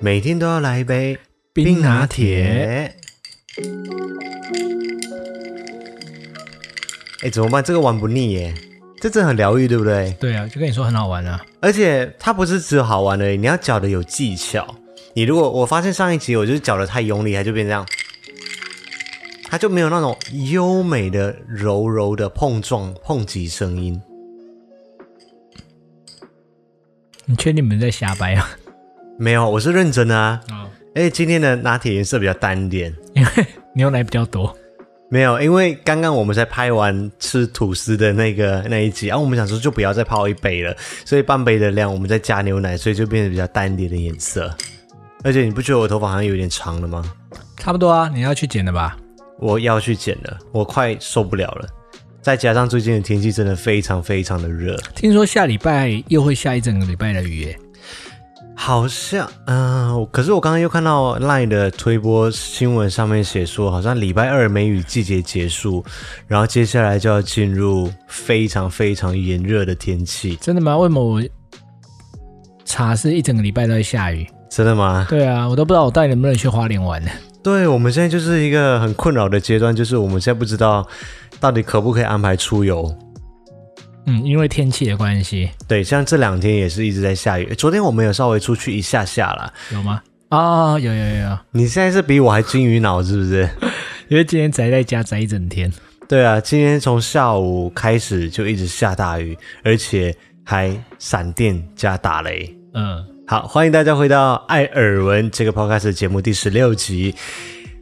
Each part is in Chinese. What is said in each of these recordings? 每天都要来一杯冰拿铁。铁。哎，怎么办？这个玩不腻耶，这真的很疗愈，对不对？对啊，就跟你说很好玩啊。而且它不是只有好玩而已，你要搅的有技巧。你如果我发现上一集我就是搅的太用力，它就变这样，它就没有那种优美的柔柔的碰撞碰击声音。你确定你们在瞎掰啊？没有，我是认真的啊。啊，哎，今天的拿铁颜色比较淡一点。因为牛奶比较多。没有，因为刚刚我们才拍完吃吐司的那个那一集，然、啊后我们想说就不要再泡一杯了，所以半杯的量我们再加牛奶，所以就变得比较淡一点的颜色。而且你不觉得我头发好像有点长了吗？差不多啊，你要去剪的吧？我要去剪了，我快受不了了。再加上最近的天气真的非常非常的热，听说下礼拜又会下一整个礼拜的雨耶。好像嗯、呃可是我刚刚又看到 LINE 的推播新闻上面写说，好像礼拜二梅雨季节结束，然后接下来就要进入非常非常炎热的天气。真的吗？为什么我查是一整个礼拜都在下雨？真的吗？对啊，我都不知道我到底能不能去花莲玩呢。对，我们现在就是一个很困扰的阶段，就是我们现在不知道到底可不可以安排出游。嗯，因为天气的关系，对，像这两天也是一直在下雨。诶昨天我们有稍微出去一下下啦。有吗？啊、有有有有，你现在是比我还金鱼脑是不 是？因为今天宅在家宅一整天，对啊，今天从下午开始就一直下大雨，而且还闪电加打雷。嗯，好，欢迎大家回到《艾尔文》这个 podcast 的节目第十六集。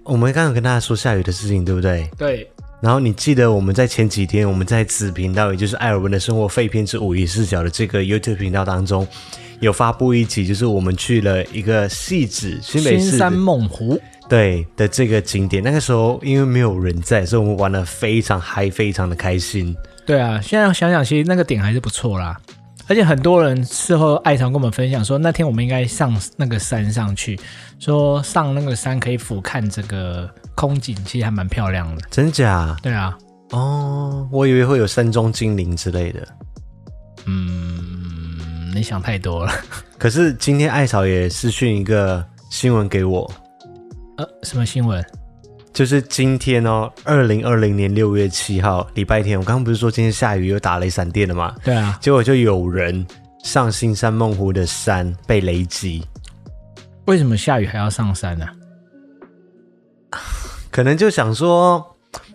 我们刚刚有跟大家说下雨的事情，对不对？对，然后你记得我们在前几天，我们在子频道，也就是艾尔文的生活废片之五一视角的这个 YouTube 频道当中，有发布一集，就是我们去了一个戏子新北新市山梦湖，对的这个景点。那个时候因为没有人在，所以我们玩的非常嗨，非常的开心。对啊，现在想想，其实那个点还是不错啦。而且很多人事后爱常跟我们分享说，那天我们应该上那个山上去，说上那个山可以俯瞰这个空景，其实还蛮漂亮的。真假？对啊，哦，我以为会有山中精灵之类的。嗯，你想太多了。可是今天艾草也私讯一个新闻给我，呃，什么新闻？就是今天哦，二零二零年六月七号礼拜天，我刚刚不是说今天下雨又打雷闪电了吗？对啊，结果就有人上新山梦湖的山被雷击，为什么下雨还要上山呢、啊可能就想说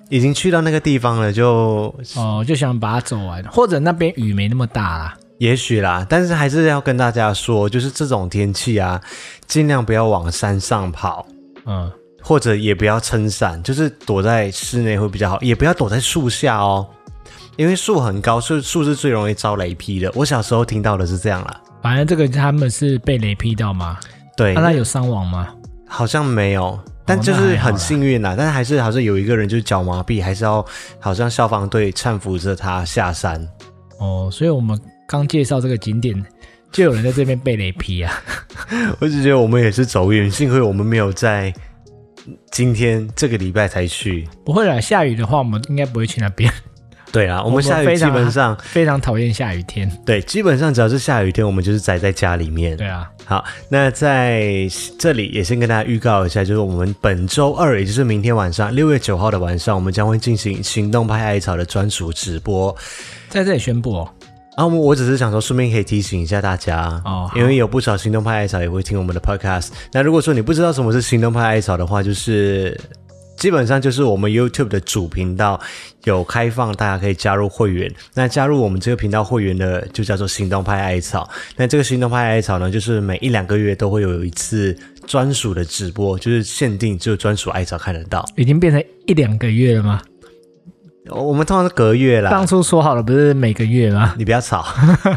已经去到那个地方了，就哦，就想把它走完，或者那边雨没那么大啦。也许啦，但是还是要跟大家说，就是这种天气啊，尽量不要往山上跑。嗯，或者也不要撑伞，就是躲在室内会比较好，也不要躲在树下哦，因为树很高，树树是最容易招雷劈的。我小时候听到的是这样啦，反正这个他们是被雷劈到吗？对，啊、那有伤亡吗？好像没有，但就那是还好啦很幸运啦，但是还是好像有一个人就是脚麻痹，还是要好像消防队搀扶着他下山。 哦，所以我们刚介绍这个景点，就有人在这边被雷劈啊。我只觉得我们也是走运，幸亏我们没有在今天这个礼拜才去。不会啦，下雨的话，我们应该不会去那边。 对啊，我我们们下雨非基常本上非常讨厌下雨天。对，基本上只要是下雨天，我们就是宅在家里面。对啊，好，那在这里也先跟大家预告一下，就是我们本周二，也就是明天晚上六月九号的晚上，我们将会进行行动派艾草的专属直播。在这里宣布哦，啊，我们我只是想说，顺便可以提醒一下大家哦好因为有不少行动派艾草也会听我们的 podcast。那如果说你不知道什么是行动派艾草的话，就是基本上就是我们 YouTube 的主频道有开放，大家可以加入会员。那加入我们这个频道会员的就叫做行动派艾草。那这个行动派艾草呢，就是每一两个月都会有一次专属的直播，就是限定只有专属艾草看得到。已经变成一两个月了吗？我们通常是隔月啦，当初说好了不是每个月吗？你不要吵，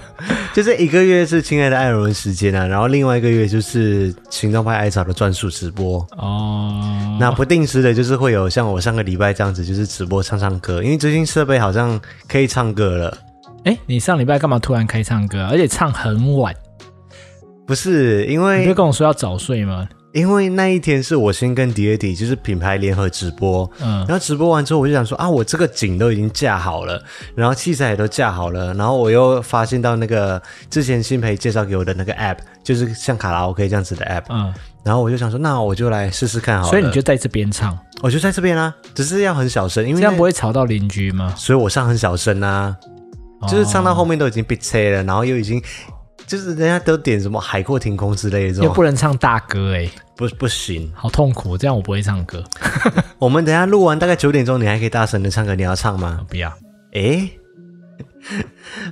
就是一个月是亲爱的艾伦时间啊，然后另外一个月就是行动派艾草的专属直播。哦，那不定时的，就是会有像我上个礼拜这样子，就是直播唱唱歌，因为最近设备好像可以唱歌了。哎，你上礼拜干嘛突然开唱歌啊？而且唱很晚，不是因你不为是跟我说要早睡吗？因为那一天是我先跟 d 迪 d 就是品牌联合直播，嗯然后直播完之后，我就想说啊，我这个景都已经架好了，然后器材也都架好了，然后我又发现到那个之前新培介绍给我的那个 app，就是像卡拉 OK 这样子的 app，、嗯，然后我就想说，那我就来试试看好了。所以你就在这边唱，我就在这边啊，只是要很小声，因为这样那不会吵到邻居吗？所以我上很小声啊，就是唱到哦后面都已经被切了，然后又已经就是人家都点什么海阔天空之类的这又种，不能唱大歌哎、不不行。好痛苦，这样我不会唱歌，我们等一下录完大概九点钟，你还可以大声的唱歌，你要唱吗？不要。诶，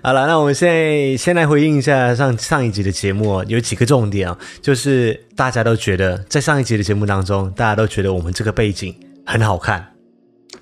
好了，那我们现在先来回应一下上上一集的节目、哦，有几个重点啊、就是大家都觉得在上一集的节目当中，大家都觉得我们这个背景很好看，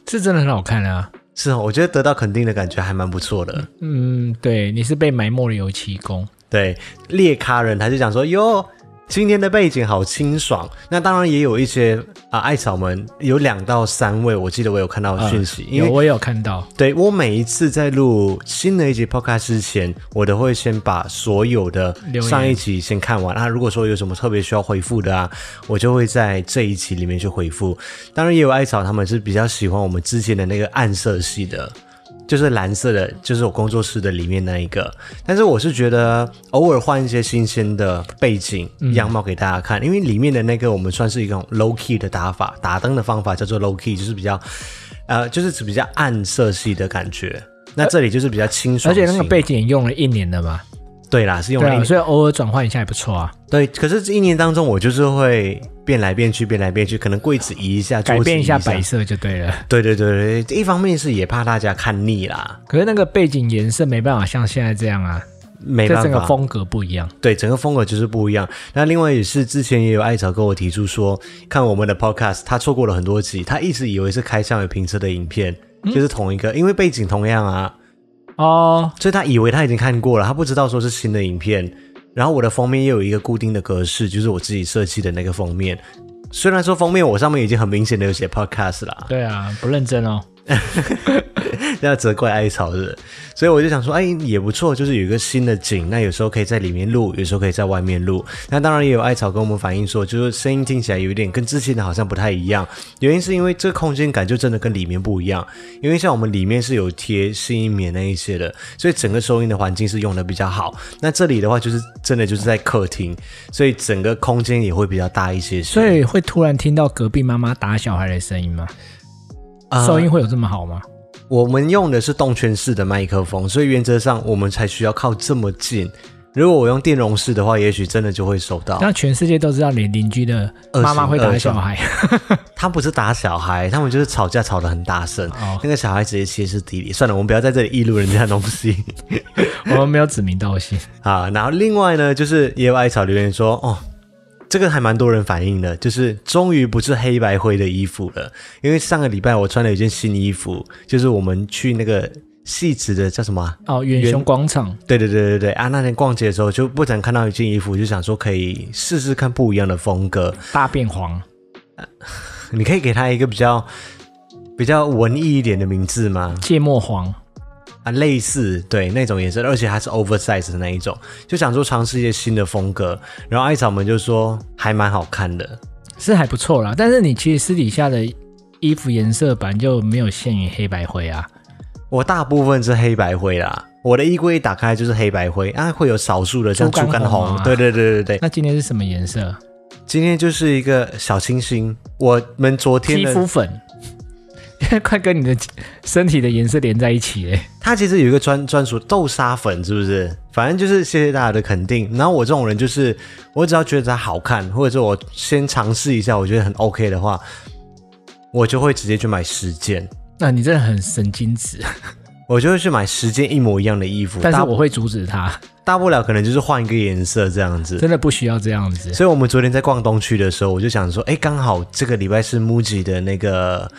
是真的很好看啊。是哦，我觉得得到肯定的感觉还蛮不错的。嗯，对，你是被埋没的油漆工。对，猎咖人他就讲说哟。今天的背景好清爽，那当然也有一些啊、艾草们有两到三位，我记得我有看到讯息，因啊有为我也有看到，对我每一次在录新的一集 podcast 之前，我都会先把所有的留言上一集先看完。啊那如果说有什么特别需要回复的啊，我就会在这一期里面去回复。当然也有艾草他们是比较喜欢我们之前的那个暗色系的。就是蓝色的，就是我工作室的里面那一个，但是我是觉得偶尔换一些新鲜的背景样貌给大家看，因为里面的那个我们算是一种 low key 的打法，打灯的方法叫做 low key，就是比较呃，就是比较暗色系的感觉。那这里就是比较清爽而型，且那个背景也用了一年的吧？对啦，是用对了一啊，所以偶尔转换一下也不错啊，对，可是这一年当中我就是会变来变去，变来变去，可能柜子移一下，改桌子变移一一下下摆。设就对了。对对对对，一方面是也怕大家看腻啦，可是那个背景颜色没办法像现在这样啊，没这办整个法，风格不一样。对，整个风格就是不一样。那另外也是之前也有艾草跟我提出说，看我们的 podcast，他错过了很多集，他一直以为是开箱有评测的影片，就是同一个，因为背景同样啊，哦，所以他以为他已经看过了，他不知道说是新的影片。然后我的封面也有一个固定的格式，就是我自己设计的那个封面。虽然说封面我上面已经很明显的有写 podcast 啦，对啊，不认真哦。要责怪艾草的，所以我就想说，哎，也不错，就是有一个新的景，那有时候可以在里面录，有时候可以在外面录。那当然也有艾草跟我们反映说，就是声音听起来有一点跟之前的好像不太一样，原因是因为这个空间感就真的跟里面不一样，因为像我们里面是有贴吸音棉那一些的，所以整个收音的环境是用的比较好。那这里的话就是真的就是在客厅，所以整个空间也会比较大一些些。所以会突然听到隔壁妈妈打小孩的声音吗？啊收音会有这么好吗？我们用的是动圈式的麦克风，所以原则上我们才需要靠这么近。如果我用电容式的话，也许真的就会收到。让全世界都知道你邻居的妈妈会打小孩。他不是打小孩，他们就是吵架吵得很大声，哦那个小孩直接歇斯底里。算了，我们不要在这里议论人家的东西我们没有指名道姓。啊。然后另外呢，就是也有艾草留言说，哦，这个还蛮多人反映的，就是终于不是黑白灰的衣服了，因为上个礼拜我穿了一件新衣服，就是我们去那个戏子的叫什么啊、哦，远雄广场对对对对对啊！那天逛街的时候，就不曾看到一件衣服，就想说可以试试看不一样的风格。大变黄，你可以给它一个比较比较文艺一点的名字吗？芥末黄，啊，类似对那种颜色，而且还是 oversize 的那一种，就想说尝试一些新的风格。然后艾草们就说还蛮好看的，是还不错啦。但是你其实私底下的衣服颜色本来就没有限于黑白灰啊。我大部分是黑白灰啦。我的衣柜一打开就是黑白灰啊，会有少数的像猪猪肝肝红红，啊对对对对对。那今天是什么颜色？今天就是一个小清新，我们昨天皮的肤粉， 快跟你的身体的颜色连在一起嘞。它其实有一个专专属豆沙粉，是不是？反正就是谢谢大家的肯定。然后我这种人就是，我只要觉得它好看，或者是我先尝试一下，我觉得很 OK 的话，我就会直接去买十件，那、你真的很神经质，我就会去买十件一模一样的衣服。但是大我会阻止他，大不了可能就是换一个颜色这样子。真的不需要这样子。所以我们昨天在逛东区的时候，我就想说，哎，刚好这个礼拜是 MUJI 的那个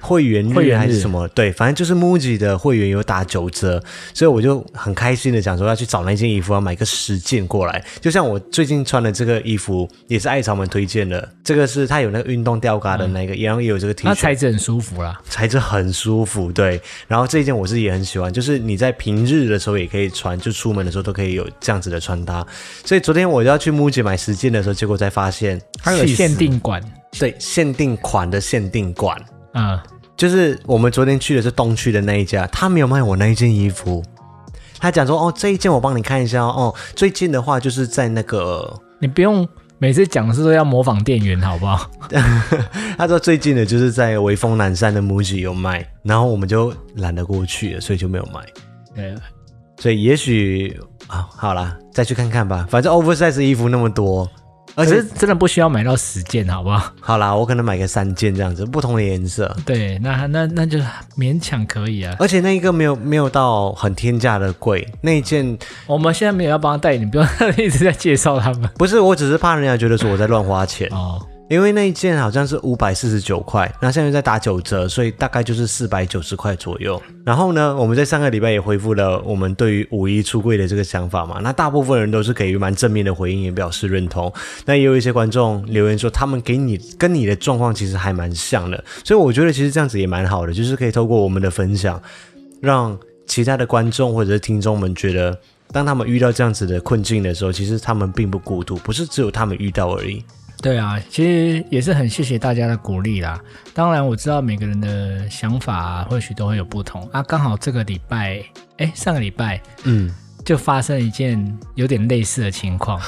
会员会日员日还是什么，对，反正就是 MUJI 的会员有打九折，所以我就很开心的想说要去找那件衣服，要买个十件过来。就像我最近穿的这个衣服，也是艾草们推荐的，这个是它有那个运动吊嘎的那个，嗯然后也有这个 T 那恤，材质很舒服啦。材质很舒服，对。然后这一件我自己也很喜欢，就是你在平日的时候也可以穿，就出门的时候都可以有这样子的穿搭。所以昨天我要去 MUJI 买十件的时候，结果才发现它有气死限定款，对限定款的限定款，嗯，就是我们昨天去的是东区的那一家，他没有卖我那一件衣服，他讲说哦这一件我帮你看一下哦，哦最近的话就是在那个。 你不用每次讲是都要模仿店员，好 不好？他说最近的就是在威风南山的 MUJI 有卖，然后我们就懒得过去了，所以就没有买。对，所以也许啊，好啦，再去看看吧。反正 oversize 衣服那么多，而可且是真的不需要买到十件，好不好？好啦，我可能买个三件这样子，不同的颜色。对，那那那就勉强可以啊。而且那一个没有没有到很天价的贵，那一件我们现在没有要帮他代理，你不要 一直在介绍他们不是，我只是怕人家觉得说我在乱花钱，哦。因为那一件好像是五百四十九块，那现在在打九折，所以大概就是四百九十块左右。然后呢，我们在上个礼拜也回复了我们对于五一出柜的这个想法嘛，那大部分人都是给予蛮正面的回应，也表示认同。那也有一些观众留言说，他们给你跟你的状况其实还蛮像的，所以我觉得其实这样子也蛮好的，就是可以透过我们的分享，让其他的观众或者是听众们觉得，当他们遇到这样子的困境的时候，其实他们并不孤独，不是只有他们遇到而已。对啊，其实也是很谢谢大家的鼓励啦。当然，我知道每个人的想法、啊、或许都会有不同啊。刚好这个礼拜，哎，上个礼拜嗯，就发生了一件有点类似的情况，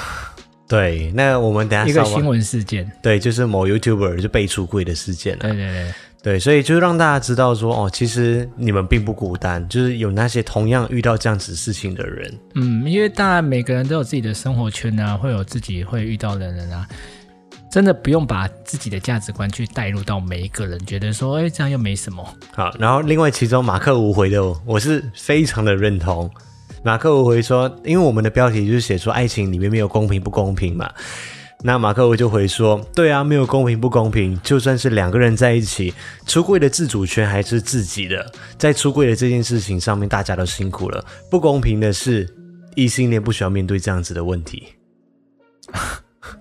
对。那我们等一一下个稍新微闻事件。对，就是某 YouTuber 就被出柜的事件了、对对对，对，所以就让大家知道说，哦，其实你们并不孤单，就是有那些同样遇到这样子事情的人。嗯，因为当然每个人都有自己的生活圈啊，会有自己会遇到的人啊，真的不用把自己的价值观去带入到每一个人，觉得说，哎，这样又没什么。好，然后另外其中马克无回的，我是非常的认同。马克无回说，因为我们的标题就是写说爱情里面没有公平不公平嘛。那马克无就回说，对啊，没有公平不公平，就算是两个人在一起，出柜的自主权还是自己的，在出柜的这件事情上面，大家都辛苦了。不公平的是，异性恋不需要面对这样子的问题，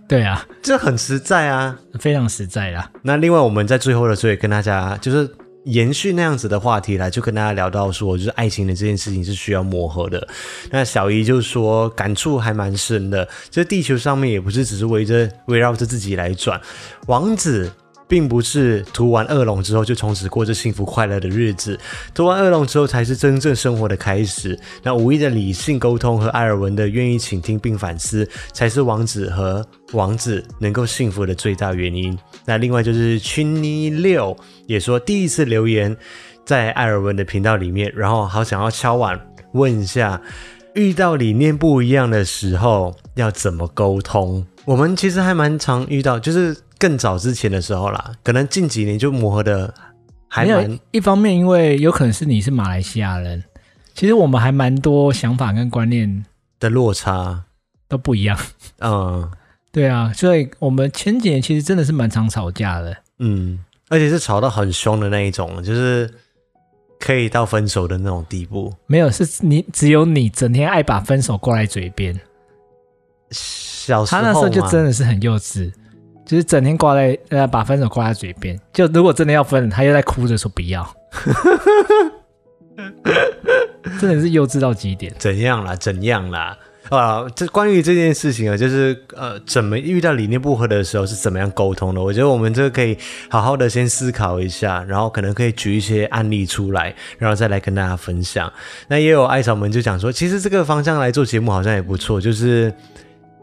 对啊，这很实在啊。非常实在啦。那另外我们在最后的时候也跟大家就是延续那样子的话题来，就跟大家聊到说，就是爱情的这件事情是需要磨合的。那小姨就说感触还蛮深的，这地球上面也不是只是围着围绕着自己来转，王子。并不是涂完恶龙之后就从此过着幸福快乐的日子，涂完恶龙之后才是真正生活的开始。那五一的理性沟通和艾尔文的愿意倾听并反思，才是王子和王子能够幸福的最大原因。那另外就是群妮六也说第一次留言在艾尔文的频道里面，然后好想要敲碗问一下，遇到理念不一样的时候要怎么沟通？我们其实还蛮常遇到，就是更早之前的时候啦，可能近几年就磨合的还没有蛮一方面，因为有可能是你是马来西亚人，其实我们还蛮多想法跟观念的落差，都不一样。 嗯对啊，所以我们前几年其实真的是蛮常吵架的。嗯，而且是吵到很凶的那一种，就是可以到分手的那种地步。没有，是你只有你整天爱把分手挂在嘴边。小时他候那时候就嘛真的是很幼稚，就是整天挂在呃把分手挂在嘴边。就如果真的要分，他又在哭着说不要， 真的是幼稚到极点。怎样啦？怎样啦？啊，这关于这件事情啊，就是呃，怎么遇到理念不合的时候是怎么样沟通的？我觉得我们这个可以好好的先思考一下，然后可能可以举一些案例出来，然后再来跟大家分享。那也有艾草们就讲说，其实这个方向来做节目好像也不错，就是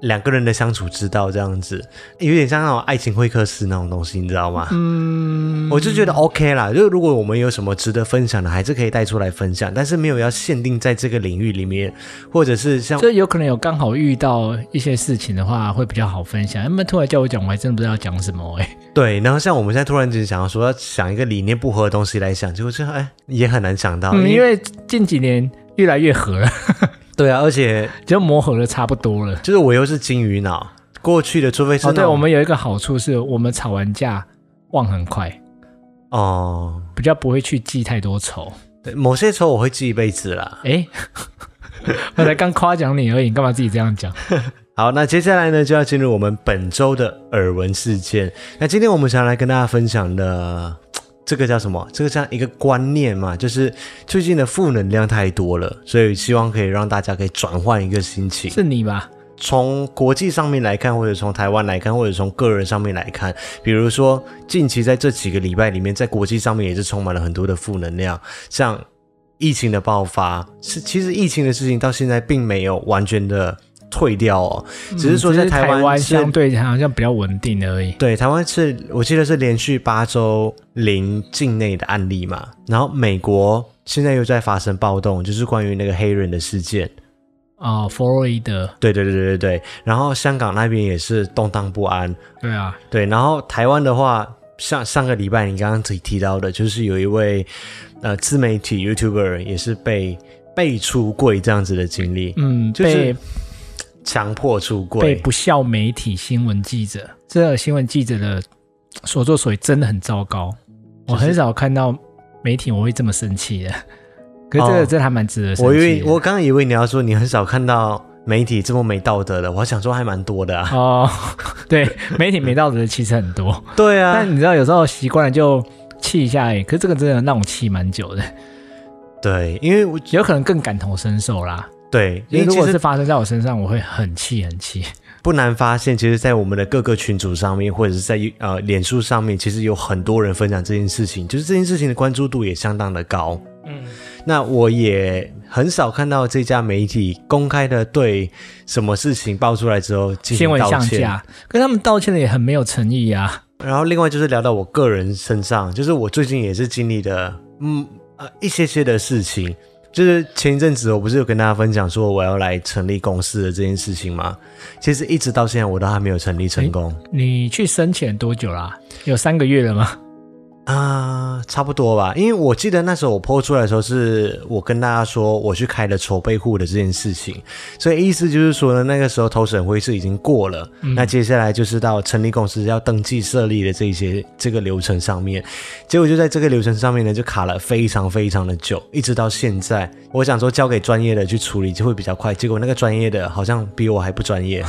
两个人的相处之道这样子，有点像那种爱情会客室那种东西，你知道吗？嗯，我就觉得 OK 啦，就是如果我们有什么值得分享的，还是可以带出来分享，但是没有要限定在这个领域里面，或者是像就有可能有刚好遇到一些事情的话，会比较好分享。他们突然叫我讲，我还真的不知道讲什么哎、对，然后像我们现在突然间想要说要想一个理念不合的东西来想，结果就哎也很难想到，嗯，因为近几年越来越合了，对啊，而且就磨合的差不多了。就是我又是金鱼脑，过去的除非是哦，那对，种我们有一个好处是我们吵完架忘很快。哦，比较不会去记太多仇。 对某些仇我会记一辈子啦。哎， 我才刚夸奖你而已，你干嘛自己这样 讲？好，那接下来呢就要进入我们本周的耳闻事件。那今天我们想来跟大家分享的，这个叫什么？这个叫一个观念嘛，就是最近的负能量太多了，所以希望可以让大家可以转换一个心情。是你吧？从国际上面来看，或者从台湾来看，或者从个人上面来看，比如说近期在这几个礼拜里面，在国际上面也是充满了很多的负能量，像疫情的爆发，是其实疫情的事情到现在并没有完全的退掉哦，只是说在嗯只台湾是相对好像比较稳定而已。对，台湾是我记得是连续八周零境内的案例嘛，然后美国现在又在发生暴动，就是关于那个黑人的事件。哦，弗洛伊德，对对对对对对，然后香港那边也是动荡不安，对啊，对，然后台湾的话，上上个礼拜你刚刚提提到的，就是有一位呃自媒体 YouTuber 也是被被出柜这样子的经历，嗯，就是被强迫出被柜，不孝媒体新闻记者，这个新闻记者的所作所为真的很糟糕。我就是很少看到媒体我会这么生 气的，可是这哦个真的还蛮值得生我以气为的。我刚刚以为你要说你很少看到媒体这么没道德的，我想说还蛮多的啊，哦， 对，媒体没道德的其实很多， 对啊但，你知道有时候习惯了就气一下而已。可是这个真的让我气蛮久的，对，因为我有可能更感同身受啦。对，因因为为如其果是实发生在我身上，我会很气很气。不难发现，其实，在我们的各个群组上面，或者是在呃脸书上面，其实有很多人分享这件事情，就是这件事情的关注度也相当的高。嗯，那我也很少看到这家媒体公开的对什么事情爆出来之后进新行闻道上歉。架，可是他们道歉的也很没有诚意啊。然后另外就是聊到我个人身上，就是我最近也是经历的，嗯呃一些些的事情。就是前一阵子我不是有跟大家分享说我要来成立公司的这件事情吗？其实一直到现在我都还没有成立成功你去申请多久啦、有三个月了吗？ 啊、差不多吧。因为我记得那时候我 PO 出来的时候，是我跟大家说我去开了筹备户的这件事情，所以意思就是说呢，那个时候投审会是已经过了，那接下来就是到成立公司要登记设立的这一些这个流程上面，结果就在这个流程上面呢，就卡了非常非常的久，一直到现在。我想说交给专业的去处理就会比较快，结果那个专业的好像比我还不专业。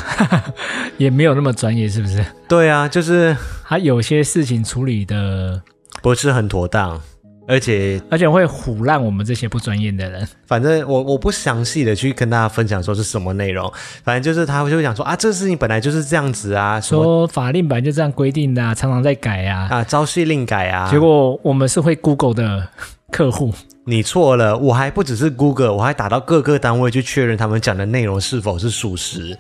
也没有那么专业，是不是？对啊，就是他有些事情处理的，不是很妥当，而且而且会唬烂我们这些不专业的人。反正我我不详细的去跟大家分享说是什么内容，反正就是他就会讲说啊，这事情本来就是这样子啊，什么说法令本来就这样规定的、啊，常常在改啊。啊朝夕令改啊，结果我们是会 Google 的客户，你错了，我还不只是 Google，我还打到各个单位去确认他们讲的内容是否是属实。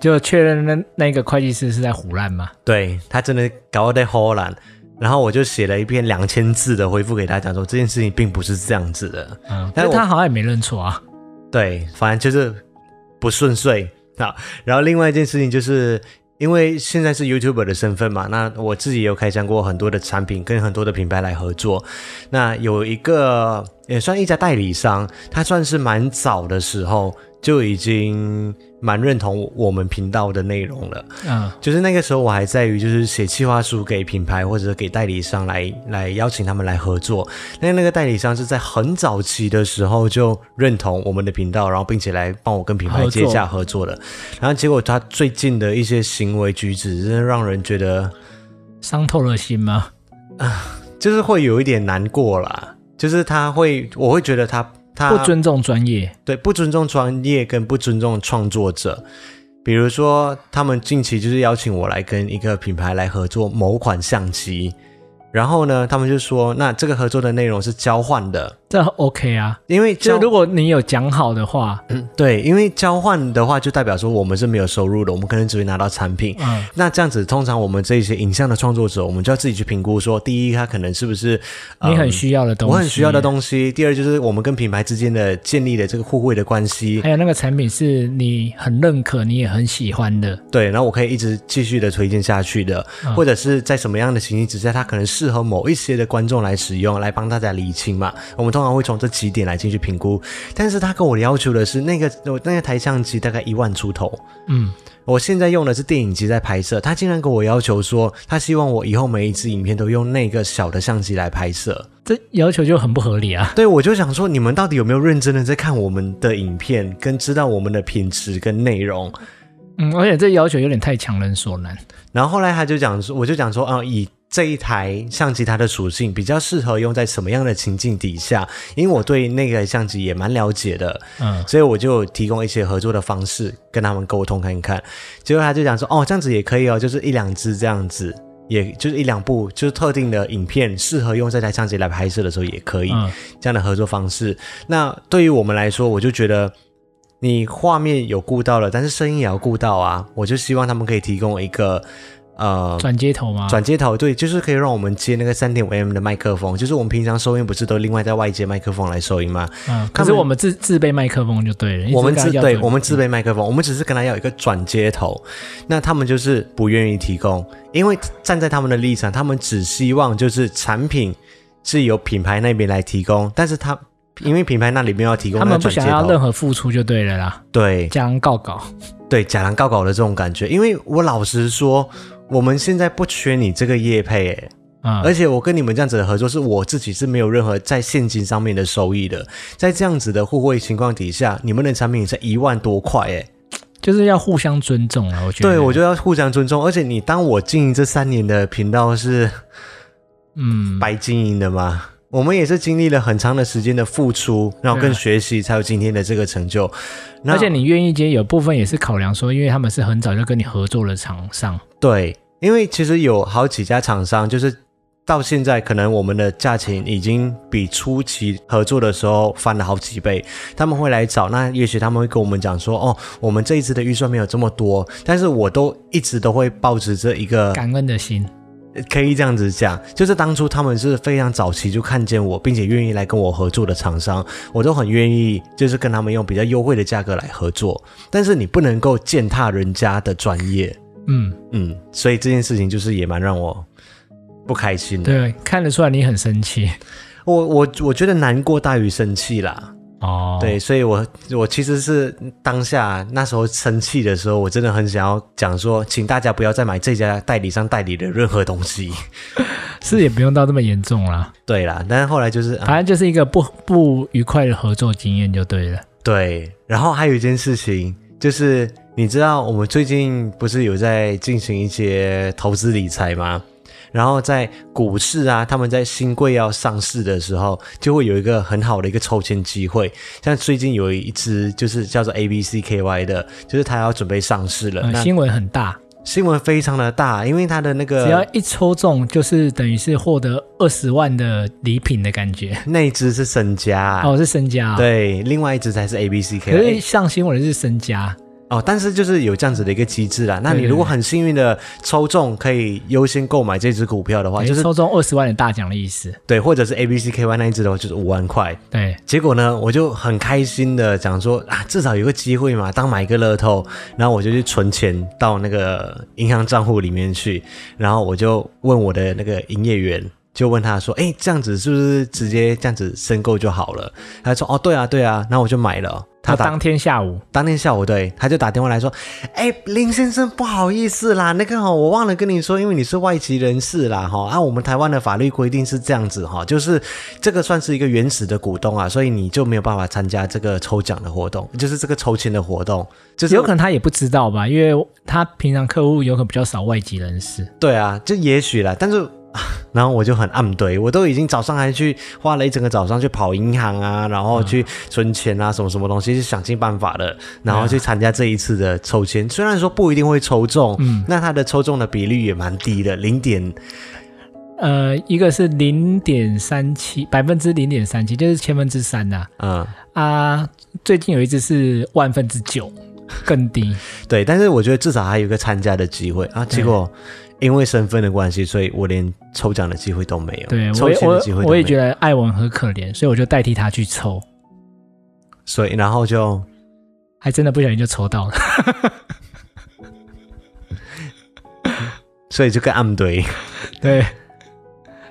就确认那那个会计师是在唬烂嘛。对他真的搞得好烂，然后我就写了一篇两千字的回复给他，讲说这件事情并不是这样子的。嗯，但但我他好像也没认错啊。对，反正就是不顺遂 啊。然后另外一件事情就是。因为现在是 YouTuber 的身份嘛，那我自己有开箱过很多的产品，跟很多的品牌来合作。那有一个也算一家代理商，他算是蛮早的时候就已经蛮认同我们频道的内容了。嗯，就是那个时候，我还在于就是写企划书给品牌或者给代理商来来邀请他们来合作。那那个代理商是在很早期的时候就认同我们的频道，然后并且来帮我跟品牌接洽合作的。然后结果他最近的一些行为举止，真的让人觉得伤透了心吗？就是会有一点难过啦。就是他会，我会觉得他他不尊重专业。对不尊重专业跟不尊重创作者。比如说，他们近期就是邀请我来跟一个品牌来合作某款相机，然后呢，他们就说，那这个合作的内容是交换的，这 OK 啊，因为就交如果你有讲好的话，对，因为交换的话就代表说我们是没有收入的，我们可能只会拿到产品。嗯，那这样子，通常我们这些影像的创作者，我们就要自己去评估说，第一，他可能是不是、你很嗯需要的东西，我很需要的东西；第二，就是我们跟品牌之间的建立的这个互惠的关系。还有那个产品是你很认可，你也很喜欢的，对，然后我可以一直继续的推荐下去的，或者是在什么样的情形之下，它可能适合某一些的观众来使用，来帮大家理清嘛。我们通常会从这几点来进去评估。但是他跟我要求的是那个我那个台相机大概一万出头，嗯，我现在用的是电影机在拍摄，他竟然跟我要求说，他希望我以后每一支影片都用那个小的相机来拍摄。这要求就很不合理啊。对，我就想说，你们到底有没有认真的在看我们的影片，跟知道我们的品质跟内容？嗯，而且这要求有点太强人所难。然后后来他就讲说，我就讲说，啊，以这一台相机它的属性比较适合用在什么样的情境底下？因为我对那个相机也蛮了解的，嗯，所以我就提供一些合作的方式跟他们沟通看看。结果他就讲说，哦，这样子也可以哦，就是一两支这样子。也就是一两部，就是特定的影片适合用这台相机来拍摄的时候也可以，嗯这样的合作方式。那对于我们来说，我就觉得你画面有顾到了，但是声音也要顾到啊。我就希望他们可以提供一个呃转接头吗？转接头，对，就是可以让我们接那个三点五 M 的麦克风，就是我们平常收音不是都另外在外接麦克风来收音吗？嗯，可是我们自自备麦克风就对了。我们一直自跟他要对求我们自备麦克风，我们只是跟他要一个转接头，那他们就是不愿意提供，因为站在他们的立场，他们只希望就是产品是由品牌那边来提供，但是他因为品牌那里没有提供他那个们不转接想要任头，何付出就对了啦，对将告告。对，假狼告狗的这种感觉，因为我老实说，我们现在不缺你这个业配、欸，嗯，而且我跟你们这样子的合作，是我自己是没有任何在现金上面的收益的。在这样子的互惠情况底下，你们的产品才一万多块，哎，就是要互相尊重啊，我觉得。对我就要互相尊重。而且你当我经营这三年的频道是嗯，白经营的吗？我们也是经历了很长的时间的付出，然后对跟啊学习，才有今天的这个成就。那而且你愿意接，有部分也是考量说，因为他们是很早就跟你合作的厂商，对，因为其实有好几家厂商，就是到现在可能我们的价钱已经比初期合作的时候翻了好几倍，他们会来找，那也许他们会跟我们讲说，哦，我们这一次的预算没有这么多，但是我都一直都会抱着这一个感恩的心。可以这样子讲，就是当初他们是非常早期就看见我，并且愿意来跟我合作的厂商，我都很愿意，就是跟他们用比较优惠的价格来合作。但是你不能够践踏人家的专业，嗯，嗯，所以这件事情就是也蛮让我不开心的。对，看得出来你很生气我我我觉得难过大于生气啦，哦。对，，所以我我其实是当下那时候生气的时候，我真的很想要讲说，请大家不要再买这家代理商代理的任何东西。 是也不用到这么严重啦，对啦，但是后来就是、啊、反正就是一个不不愉快的合作经验就对了。对，然后还有一件事情就是。你知道我们最近不是有在进行一些投资理财吗？然后在股市啊，他们在新贵要上市的时候，就会有一个很好的一个抽签机会。像最近有一只就是叫做 ABCKY 的，就是它要准备上市了。呃，那新闻很大，新闻非常的大，因为它的那只要个一抽中，就是等于是获得二十万的礼品的感觉。那只是身家啊、哦，是身家、哦。。对，另外一只才是 ABCKY。可是上新闻的是身家，哦，但是就是有这样子的一个机制啦。那对你对如果对很幸运的抽中，可以优先购买这只股票的话，等于就是抽中二十万的大奖的意思。对，或者是 A B C K Y 那一只的话，就是五万块。对，结果呢，我就很开心的讲说啊，至少有个机会嘛，当买一个乐透，然后我就去存钱到那个银行账户里面去，然后我就问我的那个营业员，就问他说，哎，这样子是不是直接这样子申购就好了？他说，哦，对啊，对啊，然后我就买了。他他打当天下午，当天下午，对，他就打电话来说：“哎、林先生，不好意思啦，那个哈、我忘了跟你说，因为你是外籍人士啦，哈、啊，我们台湾的法律规定是这样子哈、就是这个算是一个原始的股东啊，所以你就没有办法参加这个抽奖的活动，就是这个抽签的活动，就是有可能他也不知道吧，因为他平常客户有可能比较少外籍人士。对啊，就也许啦，但是。 啊然后我就很暗怼，我都已经早上还去花了一整个早上去跑银行啊，然后嗯去存钱啊，什么什么东西，就想尽办法的，然后去参加这一次的抽签。虽然说不一定会抽中，嗯那它的抽中的比率也蛮低的，零点呃，一个是零点三七，百分之零点三七，就是千分之三呐、嗯，啊。最近有一只是万分之九，更低。对。但是我觉得至少还有一个参加的机会啊。结果因为身份的关系，所以我连抽奖的机会都没有，对我抽也签的机会我都我没也有觉。得艾文很可怜，所以我就代替他去抽，所以然后就还真的不小心就抽到了。 所以就跟暗怼，对，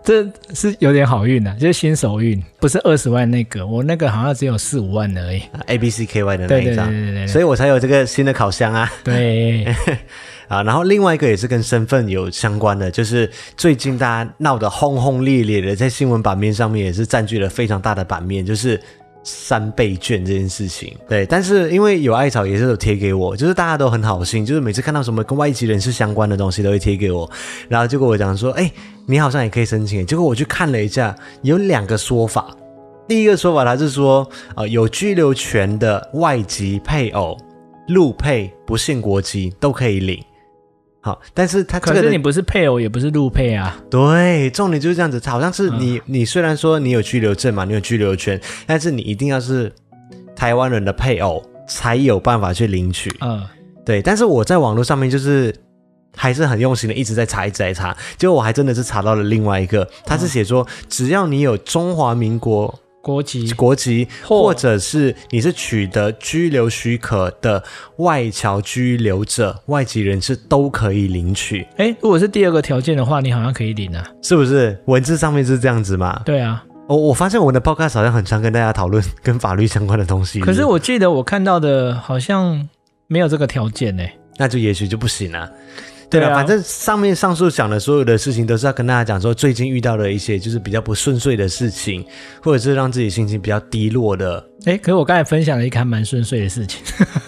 这是有点好运的、啊就是新手运，不是二十万那个，我那个好像只有四五万而已。 A B C K Y 的那对一对对张，对对对所以我才有这个新的烤箱啊。对，啊，然后另外一个也是跟身份有相关的，就是最近大家闹得轰轰烈烈的，在新闻版面上面也是占据了非常大的版面，就是三倍券这件事情。对，但是因为有艾草也是有贴给我，就是大家都很好心，就是每次看到什么跟外籍人士相关的东西都会贴给我，然后就跟我讲说，哎，你好像也可以申请。结果我去看了一下，有两个说法。第一个说法，他是说，呃，有居留权的外籍配偶、陆配、不限国籍都可以领。好，但是他这可个是的你不是配偶，也不是陆配啊。对，重点就是这样子，好像是你、你虽然说你有居留证嘛，你有居留权，但是你一定要是台湾人的配偶才有办法去领取。嗯，对，但是我在网络上面就是还是很用心的，一直在查，一直在查，结果我还真的是查到了另外一个，他是写说，只要你有中华民国国籍国籍，或或者是你是取得居留许可的外侨居留者、外籍人士都可以领取，哎，如果是第二个条件的话，你好像可以领啊。是不是？文字上面是这样子嘛？对啊，我、我发现我的 podcast 好像很常跟大家讨论 跟法律相关的东西，可是我记得我看到的好像没有这个条件呢、那就也许就不行了、对了，对啊反正上面上述讲的所有的事情，都是要跟大家讲说，最近遇到的一些就是比较不顺遂的事情，或者是让自己心情比较低落的，哎、可是我刚才分享了一个还蛮顺遂的事情，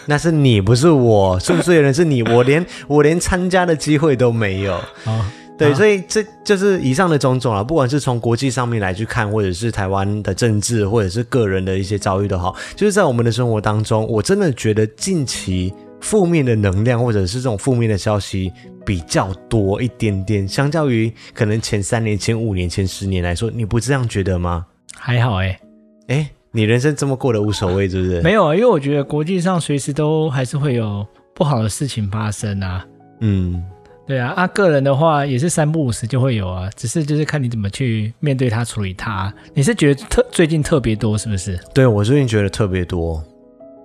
那是你，不是我。顺遂的人是你，我连我连参加的机会都没有。哦，对，啊所以这就是以上的种种啊，不管是从国际上面来去看，或者是台湾的政治，或者是个人的一些遭遇都好，就是在我们的生活当中，我真的觉得近期负面的能量或者是这种负面的消息比较多一点点，相较于可能前三年、前五年、前十年来说，你不这样觉得吗？还好哎、哎，你人生这么过得无所谓，是不是？没有啊，因为我觉得国际上随时都还是会有不好的事情发生啊。嗯，对啊，啊，个人的话也是三不五时就会有啊，只是就是看你怎么去面对它、处理它。你是觉得特最近特别多是不是？对我最近觉得特别多，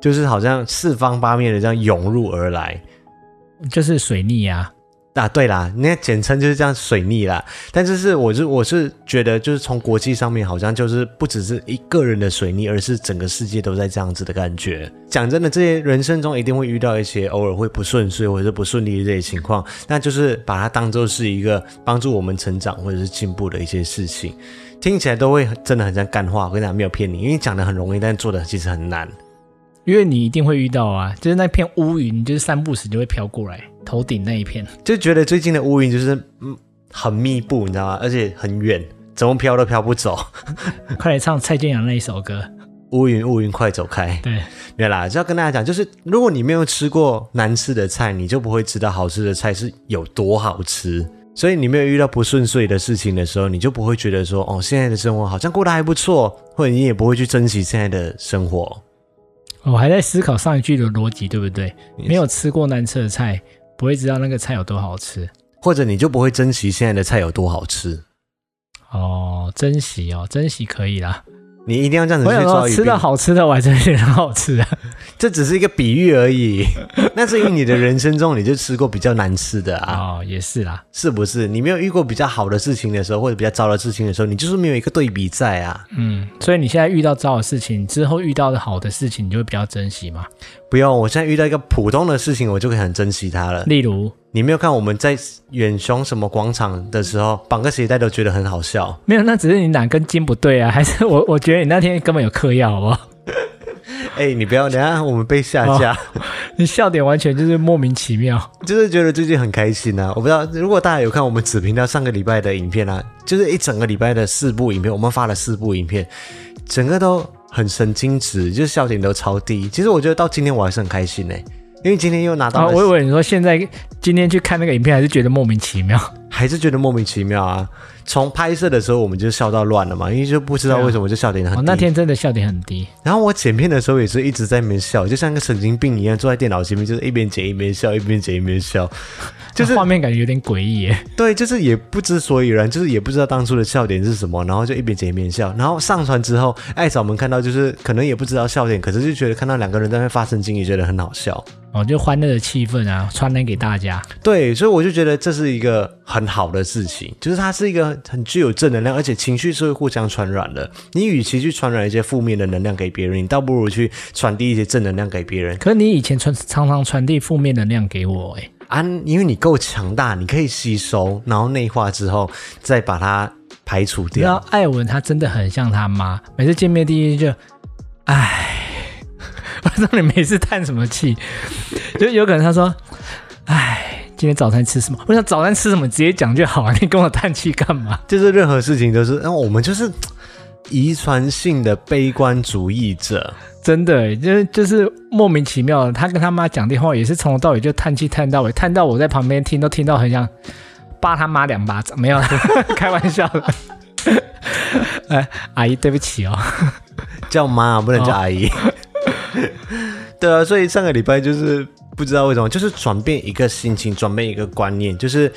就是好像四方八面的这样涌入而来。就是水逆啊，啊，对啦，那简称就是这样水逆啦。但是是我是我是觉得，就是从国际上面好像就是不只是一个人的水逆，而是整个世界都在这样子的感觉。讲真的，这些人生中一定会遇到一些偶尔会不顺遂或者是不顺利的这些情况，那就是把它当做是一个帮助我们成长或者是进步的一些事情。听起来都会很真的很像干话，我跟你讲没有骗你，因为讲的很容易，但做的其实很难。因为你一定会遇到啊，就是那片乌云，就是三不五时就会飘过来，头顶那一片。 就觉得最近的乌云就是嗯很密布，你知道吗？而且很远，怎么飘都飘不走。快来唱蔡健雅那一首歌，乌云，乌云，快走开！对，没有啦，就要跟大家讲，就是如果你没有吃过难吃的菜，你就不会知道好吃的菜是有多好吃。所以你没有遇到不顺遂的事情的时候，你就不会觉得说，哦，现在的生活好像过得还不错，或者你也不会去珍惜现在的生活。我哦还在思考上一句的逻辑对不对？没有吃过难吃的菜，不会知道那个菜有多好吃。或者你就不会珍惜现在的菜有多好吃，哦，珍惜哦，珍惜可以啦。你一定要这样子我去想抓说，鱼吃到病。好吃的，我还真觉得很好吃啊。这只是一个比喻而已， 那是因为你的人生中你就吃过比较难吃的 啊。哦，也是啦，是不是？你没有遇过比较好的事情的时候，或者比较糟的事情的时候，你就是没有一个对比在啊！嗯，所以你现在遇到糟的事情之后，遇到的好的事情，你就会比较珍惜嘛。不用，我现在遇到一个普通的事情，我就可以很珍惜它了。例如，你没有看我们在远雄什么广场的时候，绑个鞋带都觉得很好笑。没有，那只是你哪根筋不对啊，还 是我我觉得你那天根本有嗑药，好不好？哎、你不要，等一下我们被下架， 哦你笑点完全就是莫名其妙。就是觉得最近很开心啊！我不知道，如果大家有看我们子频道上个礼拜的影片啊，就是一整个礼拜的四部影片，我们发了四部影片，整个都很神经质，就是笑点都超低。其实我觉得到今天我还是很开心呢、因为今天又拿啊，到了我以为你说现在今天去看那个影片，还是觉得莫名其妙。哦还是觉得莫名其妙啊。从拍摄的时候我们就笑到乱了嘛，因为就不知道为什么就笑点很低。哦，那天真的笑点很低。然后我剪片的时候也是一直在那边笑，就像个神经病一样，坐在电脑前面就是一边剪一边笑，一边剪一边笑。就是哦那画面感觉有点诡异耶。对，就是也不知所以然，就是也不知道当初的笑点是什么，然后就一边剪一边笑。然后上传之后，艾嫂们看到就是可能也不知道笑点，可是就觉得看到两个人在那边发神经也觉得很好笑。哦，就欢乐的气氛啊，传染给大家。对，所以我就觉得这是一个很好的事情，就是它是一个很具有正能量，而且情绪是会互相传染的。你与其去传染一些负面的能量给别人，你倒不如去传递一些正能量给别人。可是你以前传常常传递负面能量给我、欸，哎，啊，因为你够强大，你可以吸收，然后内化之后再把它排除你知道掉。艾文他真的很像他妈，每次见面第一句就，唉， 我知道你每次叹什么气，就有可能他说，唉，今天早餐吃什么？我想早餐吃什么直接讲就好了，你跟我叹气干嘛？就是任何事情都是，那、嗯我们就是遗传性的悲观主义者。真的欸，就是就是莫名其妙的，他跟他妈讲电话也是从头到尾就叹气叹到尾，叹到我在旁边听都听到很想扒他妈两巴掌，没有啦， 开玩笑的。 哎，阿姨，对不起哦。叫妈，不能叫阿姨。 对啊，所以上个礼拜就是不知道为什么，就是转变一个心情，转变一个观念，就是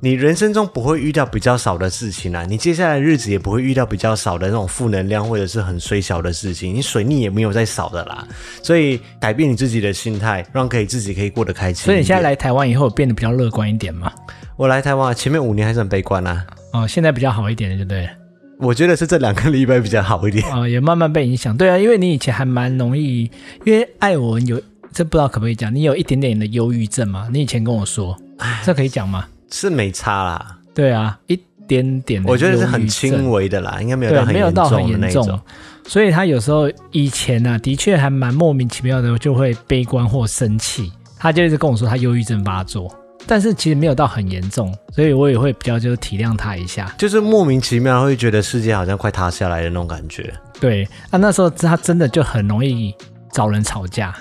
你人生中不会遇到比较少的事情啊，你接下来日子也不会遇到比较少的那种负能量或者是很水小的事情，你水逆也没有再少的啦。所以改变你自己的心态，让可以自己可以过得开心。所以你现在，来台湾以后变得比较乐观一点嘛？我来台湾啊前面五年还是很悲观啊，哦，现在比较好一点了，对不对了？我觉得是这两个礼拜比较好一点。哦，也慢慢被影响。对啊，因为你以前还蛮容易，因为艾文有这不知道可不可以讲，你有一点点的忧郁症嘛？你以前跟我说，这可以讲吗？是没差啦，对啊，一点嗯点的我觉得是忧很郁症轻微的啦，应该没有对到，很没有严到很重的那严一重种。，所以他有时候以前啊，的确还蛮莫名其妙的，就会悲观或生气。他就一直跟我说他忧郁症发作，但是其实没有到很严重，所以我也会比较就是体谅他一下。就是莫名其妙会觉得世界好像快塌下来的那种感觉，对，啊，那时候他真的就很容易找人吵架。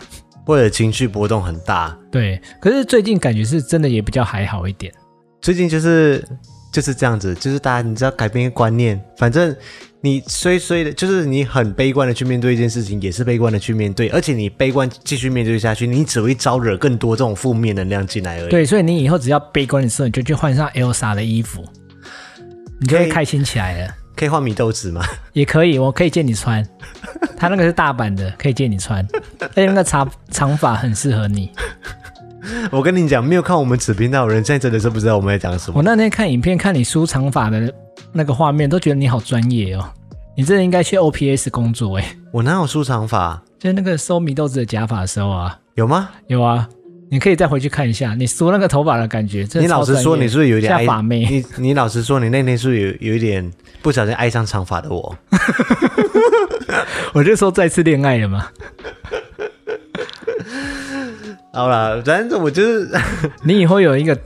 或者情绪波动很大。对，可是最近感觉是真的也比较还好一点。最近就是就是这样子，就是大家你知道改变一个观念，反正你衰衰的，就是你很悲观的去面对一件事情，也是悲观的去面对，而且你悲观继续面对下去，你只会招惹更多这种负面能量进来而已。，对，所以你以后只要悲观的时候，你就去换上 Elsa 的衣服，你就可会以开心起来了。可以换米豆子吗？ 也可以，我可以借你穿。他那个是大版的，可以借你穿，而且那个长长发很适合你。我跟你讲，没有看我们子频道的人，现在真的是不知道我们在讲什么我。那天看影片，看你梳长发的那个画面，都觉得你好专业哦。你真的应该去 OPS 工作诶，我哪有梳长发？就是那个收米豆子的假发的时候啊，有吗？有啊，你可以再回去看一下，你梳那个头发的感觉。真你的老超专业实说，你是不是有点爱像发妹？你你老实说，你那天是不是有有一点不小心爱上长发的我？我就说再次恋爱了嘛。好啦，反正我就是，你以后有一个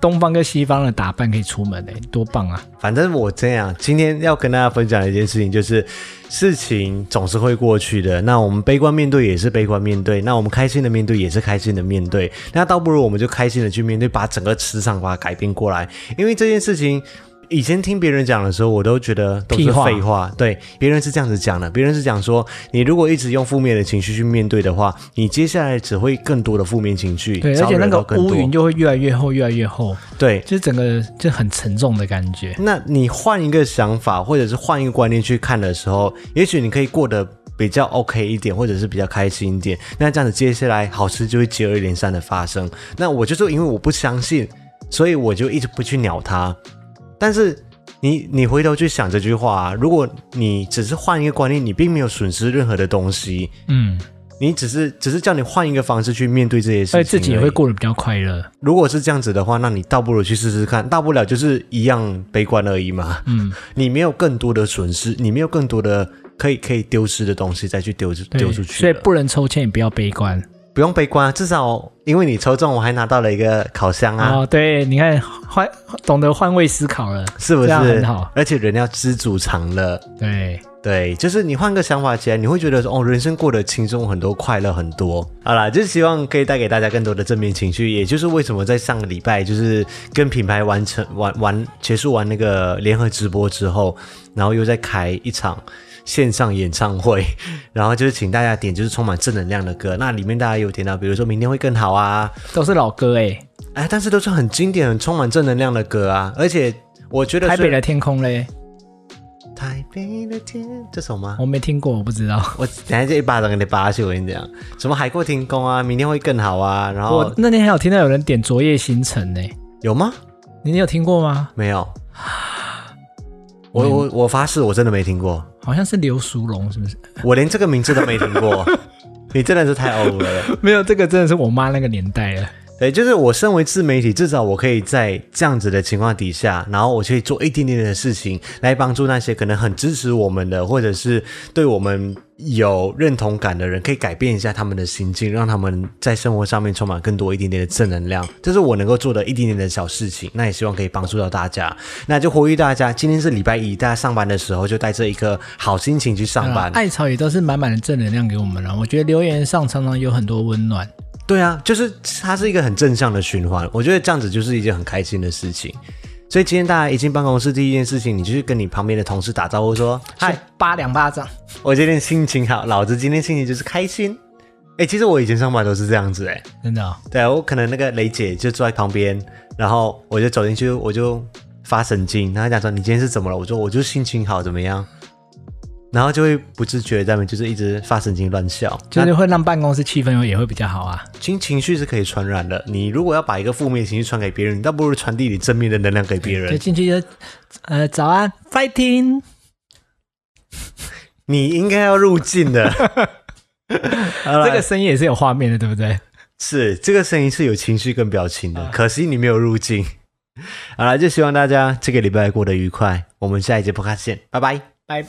东方跟西方的打扮可以出门诶，多棒啊！反正我这样，今天要跟大家分享一件事情，就是事情总是会过去的。那我们悲观面对也是悲观面对，那我们开心的面对也是开心的面对。那倒不如我们就开心的去面对，把整个磁场把它改变过来，因为这件事情。以前听别人讲的时候，我都觉得都是屁话废话。对，别人是这样子讲的，别人是讲说，你如果一直用负面的情绪去面对的话，你接下来只会更多的负面情绪，对，而招且惹那到个更乌多云就会越来越厚，越来越厚。对，就是整个就很沉重的感觉。那你换一个想法，或者是换一个观念去看的时候，也许你可以过得比较 OK 一点，或者是比较开心一点。那这样子，接下来好事就会接二连三的发生。那我就说，因为我不相信，所以我就一直不去鸟它。但是你你回头去想这句话、啊，如果你只是换一个观念，你并没有损失任何的东西，嗯，你只是只是叫你换一个方式去面对这些事情，哎而且自己也会。过得比较快乐。如果是这样子的话，那你倒不如去试试看，大不了就是一样悲观而已嘛。嗯， 你没有更多的损失，你没有更多的可以可以丢失的东西再去丢出对丢出去所了，以不能抽签，也不要悲观。不用悲观啊，至少因为你抽中，我还拿到了一个烤箱啊，哦，对，你看换懂得换位思考了，是不这是？样很好。而且人要知足常乐，对，对，就是你换个想法起来，你会觉得说，哦，人生过得轻松很多，快乐很多。好啦，就是希望可以带给大家更多的正面情绪，也就是为什么在上个礼拜就是跟品牌完成完完结束完那个联合直播之后，然后又再开一场线上演唱会，然后就是请大家点就是充满正能量的歌，那里面大家有点到，比如说明天会更好啊，都是老歌哎。哎，但是都是很经典、很充满正能量的歌啊，而且我觉得台是北的天空嘞，台北的天这首吗？我没听过，我不知道。我等下就一巴掌给你扒下去，我跟你讲，什么海阔天哦空啊，明天会更好啊，然后我那天还有听到有人点《昨夜星辰》呢，欸有吗？你有听过吗？没有。我我我发誓，我真的没听过，好像是刘淑龙，是不是？我连这个名字都没听过。你真的是太 over 了。 没有，这个真的是我妈那个年代了。对，就是我身为自媒体，至少我可以在这样子的情况底下，然后我去做一点点的事情，来帮助那些可能很支持我们的，或者是对我们有认同感的人，可以改变一下他们的心境，让他们在生活上面充满更多一点点的正能量。这是我能够做的一点点的小事情，那也希望可以帮助到大家。那就呼吁大家，今天是礼拜一，大家上班的时候就带着一个好心情去上班。啊艾草也都是满满的正能量给我们了。我觉得留言上常常有很多温暖。对啊，就是它是一个很正向的循环，我觉得这样子就是一件很开心的事情。所以今天大家一进办公室，第一件事情，你就是跟你旁边的同事打招呼说：“嗨，，八两巴掌。我今天心情好，老子今天心情就是开心。”哎，其实我以前上班都是这样子哎、真的哦、对啊，我可能那个雷姐就坐在旁边，然后我就走进去，我就发神经，然后她讲说：“你今天是怎么了？”我说：“我就心情好，怎么样？”然后就会不自觉在那边就是一直发神经乱笑，就是会让办公室气氛也会比较好啊。情情绪是可以传染的。你如果要把一个负面情绪传给别人，你倒不如传递你正面的能量给别就人。进去就，呃，早安，fighting。你应该要入境的。 好啦这个声音也是有画面的，对不对？是这个声音是有情绪跟表情的，可惜你没有入境。好了，就希望大家这个礼拜过得愉快。我们下一节播客见，拜拜。拜。